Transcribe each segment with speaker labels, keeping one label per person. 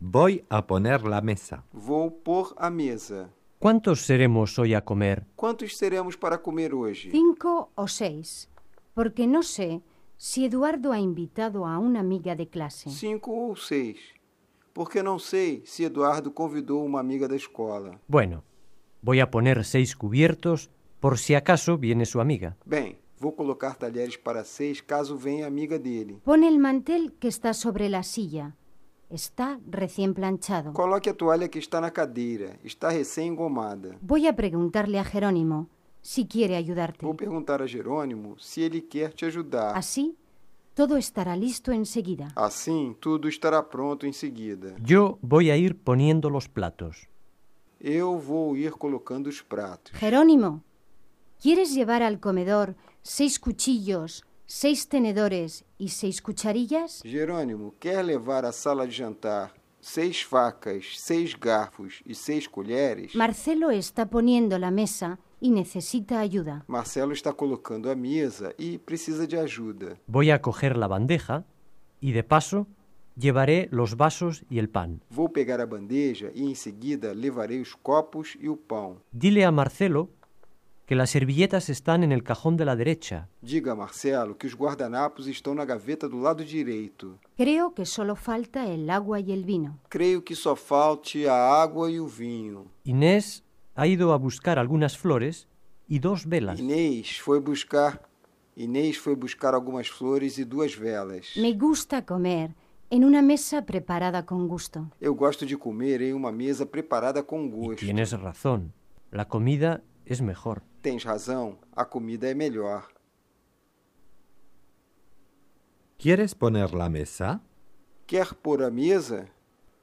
Speaker 1: Voy a poner la mesa.
Speaker 2: Vou pôr a mesa.
Speaker 3: ¿Cuántos seremos hoy a comer?
Speaker 2: Quantos seremos para comer hoje?
Speaker 4: Cinco o seis. Porque no sé si Eduardo ha invitado a una amiga de clase.
Speaker 2: Cinco ou seis. Porque não sei se Eduardo convidou uma amiga da escola.
Speaker 3: Bueno, voy a poner seis cubiertos por si acaso viene su amiga.
Speaker 2: Bem, vou colocar talheres para seis caso venha a amiga dele.
Speaker 4: Pone el mantel que está sobre la silla. Está recién planchado.
Speaker 2: Coloque a toalha que está na cadeira. Está recém-engomada.
Speaker 4: Voy a preguntarle a Jerónimo si quiere ayudarte.
Speaker 2: Vou perguntar a Jerônimo se ele quer te ajudar.
Speaker 4: Así, todo estará listo enseguida.
Speaker 2: Ah, Assim, tudo estará pronto em seguida.
Speaker 3: Yo voy a ir poniendo los platos.
Speaker 2: Eu vou ir colocando os pratos.
Speaker 4: Jerónimo, ¿quieres llevar al comedor seis cuchillos, seis tenedores y seis cucharillas?
Speaker 2: Jerônimo quer levar à sala de jantar seis facas, seis garfos e seis colheres?
Speaker 4: Marcelo está poniendo la mesa y necesita ayuda.
Speaker 2: Marcelo está colocando a mesa e precisa de ajuda.
Speaker 3: Voy a coger la bandeja y de paso llevaré los vasos y el pan.
Speaker 2: Vou pegar a bandeja e em seguida levarei os copos e o pão.
Speaker 3: Dile a Marcelo que las servilletas están en el cajón de la derecha.
Speaker 2: Diga a Marcelo que os guardanapos estão na gaveta do lado direito.
Speaker 4: Creo que solo falta el agua y el vino.
Speaker 2: Creio que só falte a água e o vinho.
Speaker 3: Inés ha ido a buscar algunas flores y dos velas.
Speaker 2: Inês foi buscar. Inês foi buscar algumas flores e duas velas.
Speaker 4: Me gusta comer en una mesa preparada con gusto.
Speaker 2: Eu gosto de comer em uma mesa preparada com gosto.
Speaker 3: Tienes razón. La comida es mejor.
Speaker 2: Tens razão, a comida é melhor.
Speaker 1: ¿Quieres poner la mesa?
Speaker 2: Quer pôr a mesa?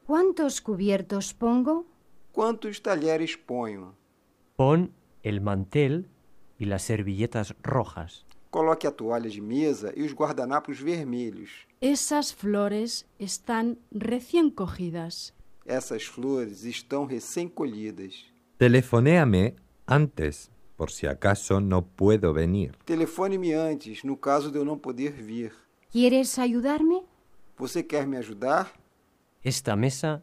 Speaker 4: ¿Cuántos cubiertos pongo?
Speaker 2: Quantos talheres ponho?
Speaker 3: Pon el mantel y las servilletas rojas.
Speaker 2: Coloque a toalha de mesa e os guardanapos vermelhos.
Speaker 5: Esas flores están recién cogidas.
Speaker 2: Essas flores estão recém-colhidas.
Speaker 1: Telefonéame antes, por si acaso no puedo venir.
Speaker 2: Telefone-me antes, no caso de eu não poder vir.
Speaker 4: ¿Quieres ayudarme?
Speaker 2: Você quer me ajudar?
Speaker 3: Esta mesa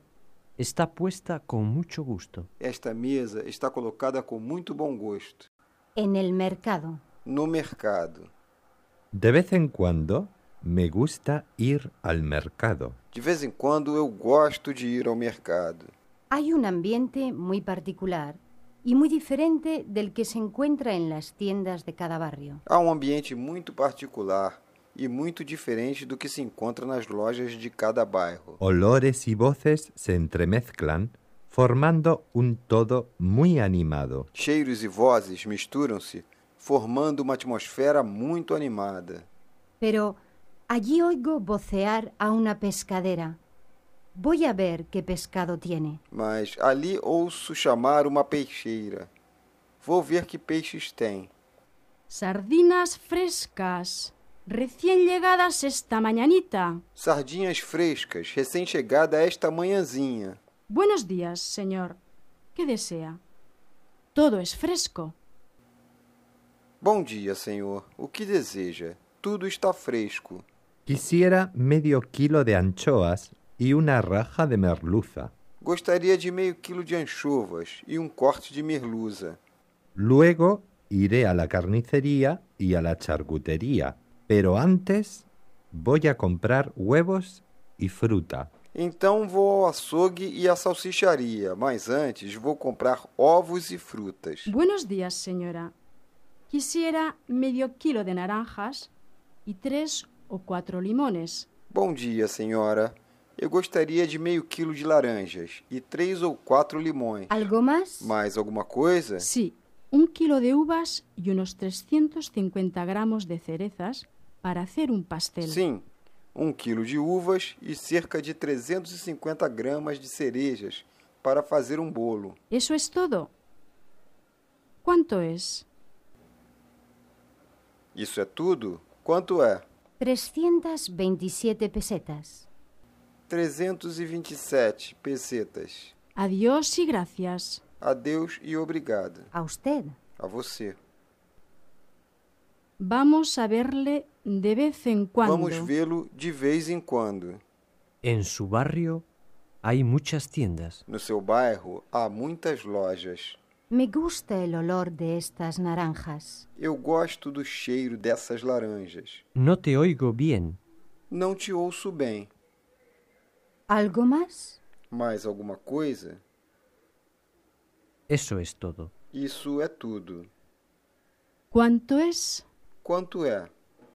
Speaker 3: está puesta con mucho gusto.
Speaker 2: Esta mesa está colocada com muito bom gosto.
Speaker 4: En el mercado.
Speaker 2: No mercado.
Speaker 1: De vez en cuando me gusta ir al mercado.
Speaker 2: De vez em quando eu gosto de ir ao mercado.
Speaker 4: Hay un ambiente muy particular y muy diferente del que se encuentra en las tiendas de cada barrio.
Speaker 2: Há um ambiente muito particular e muito diferente do que se encontra nas lojas de cada bairro.
Speaker 1: Olores y voces se entremezclan, formando un todo muy animado.
Speaker 2: Cheiros e vozes misturam-se, formando uma atmosfera muito animada.
Speaker 4: Pero allí oigo vocear a una pescadera. Voy a ver qué pescado tiene.
Speaker 2: Mas ali ouço chamar uma peixeira. Vou ver que peixes tem.
Speaker 5: Sardinas frescas, recién llegadas esta mañanita.
Speaker 2: Sardinhas frescas, recém-chegada esta manhãzinha.
Speaker 5: Buenos días, señor. ¿Qué desea? Todo es fresco.
Speaker 2: Bom dia, senhor. O que deseja? Tudo está fresco.
Speaker 1: Quisiera medio kilo de anchoas y una raja de merluza.
Speaker 2: Gostaria de meio quilo de anchovas e um corte de merluza.
Speaker 1: Luego iré a la carnicería y a la charcutería, pero antes voy a comprar huevos y fruta.
Speaker 2: Então vou ao açougue e à salsicharia, mas antes vou comprar ovos e frutas.
Speaker 5: Buenos días, señora. Quisiera medio kilo de naranjas y tres o cuatro limones.
Speaker 2: Bom dia, senhora. Eu gostaria de meio quilo de laranjas e três ou quatro limões.
Speaker 4: ¿Algo más?
Speaker 2: Mais alguma coisa?
Speaker 5: Sí, un kilo de uvas y unos 350 gramos de cerezas para hacer un pastel.
Speaker 2: Sim, um quilo de uvas e cerca de 350 gramas de cerejas para fazer um bolo.
Speaker 5: Eso es todo. ¿Cuánto es?
Speaker 2: Isso é tudo? Quanto é?
Speaker 4: 327 pesetas.
Speaker 2: 327 pesetas.
Speaker 5: Adiós y gracias.
Speaker 2: Adeus e obrigado.
Speaker 4: A usted.
Speaker 2: A você.
Speaker 5: Vamos a verle de vez en cuando.
Speaker 2: Vamos vê-lo de vez em quando.
Speaker 3: En su barrio hay muchas tiendas.
Speaker 2: No seu bairro há muitas lojas.
Speaker 4: Me gusta el olor de estas naranjas.
Speaker 2: Eu gosto do cheiro dessas laranjas.
Speaker 3: No te oigo bien.
Speaker 2: Não te ouço bem.
Speaker 4: ¿Algo más?
Speaker 2: Mais alguma coisa?
Speaker 3: Eso es todo.
Speaker 2: Isso é tudo.
Speaker 5: ¿Cuánto es?
Speaker 2: Quanto é?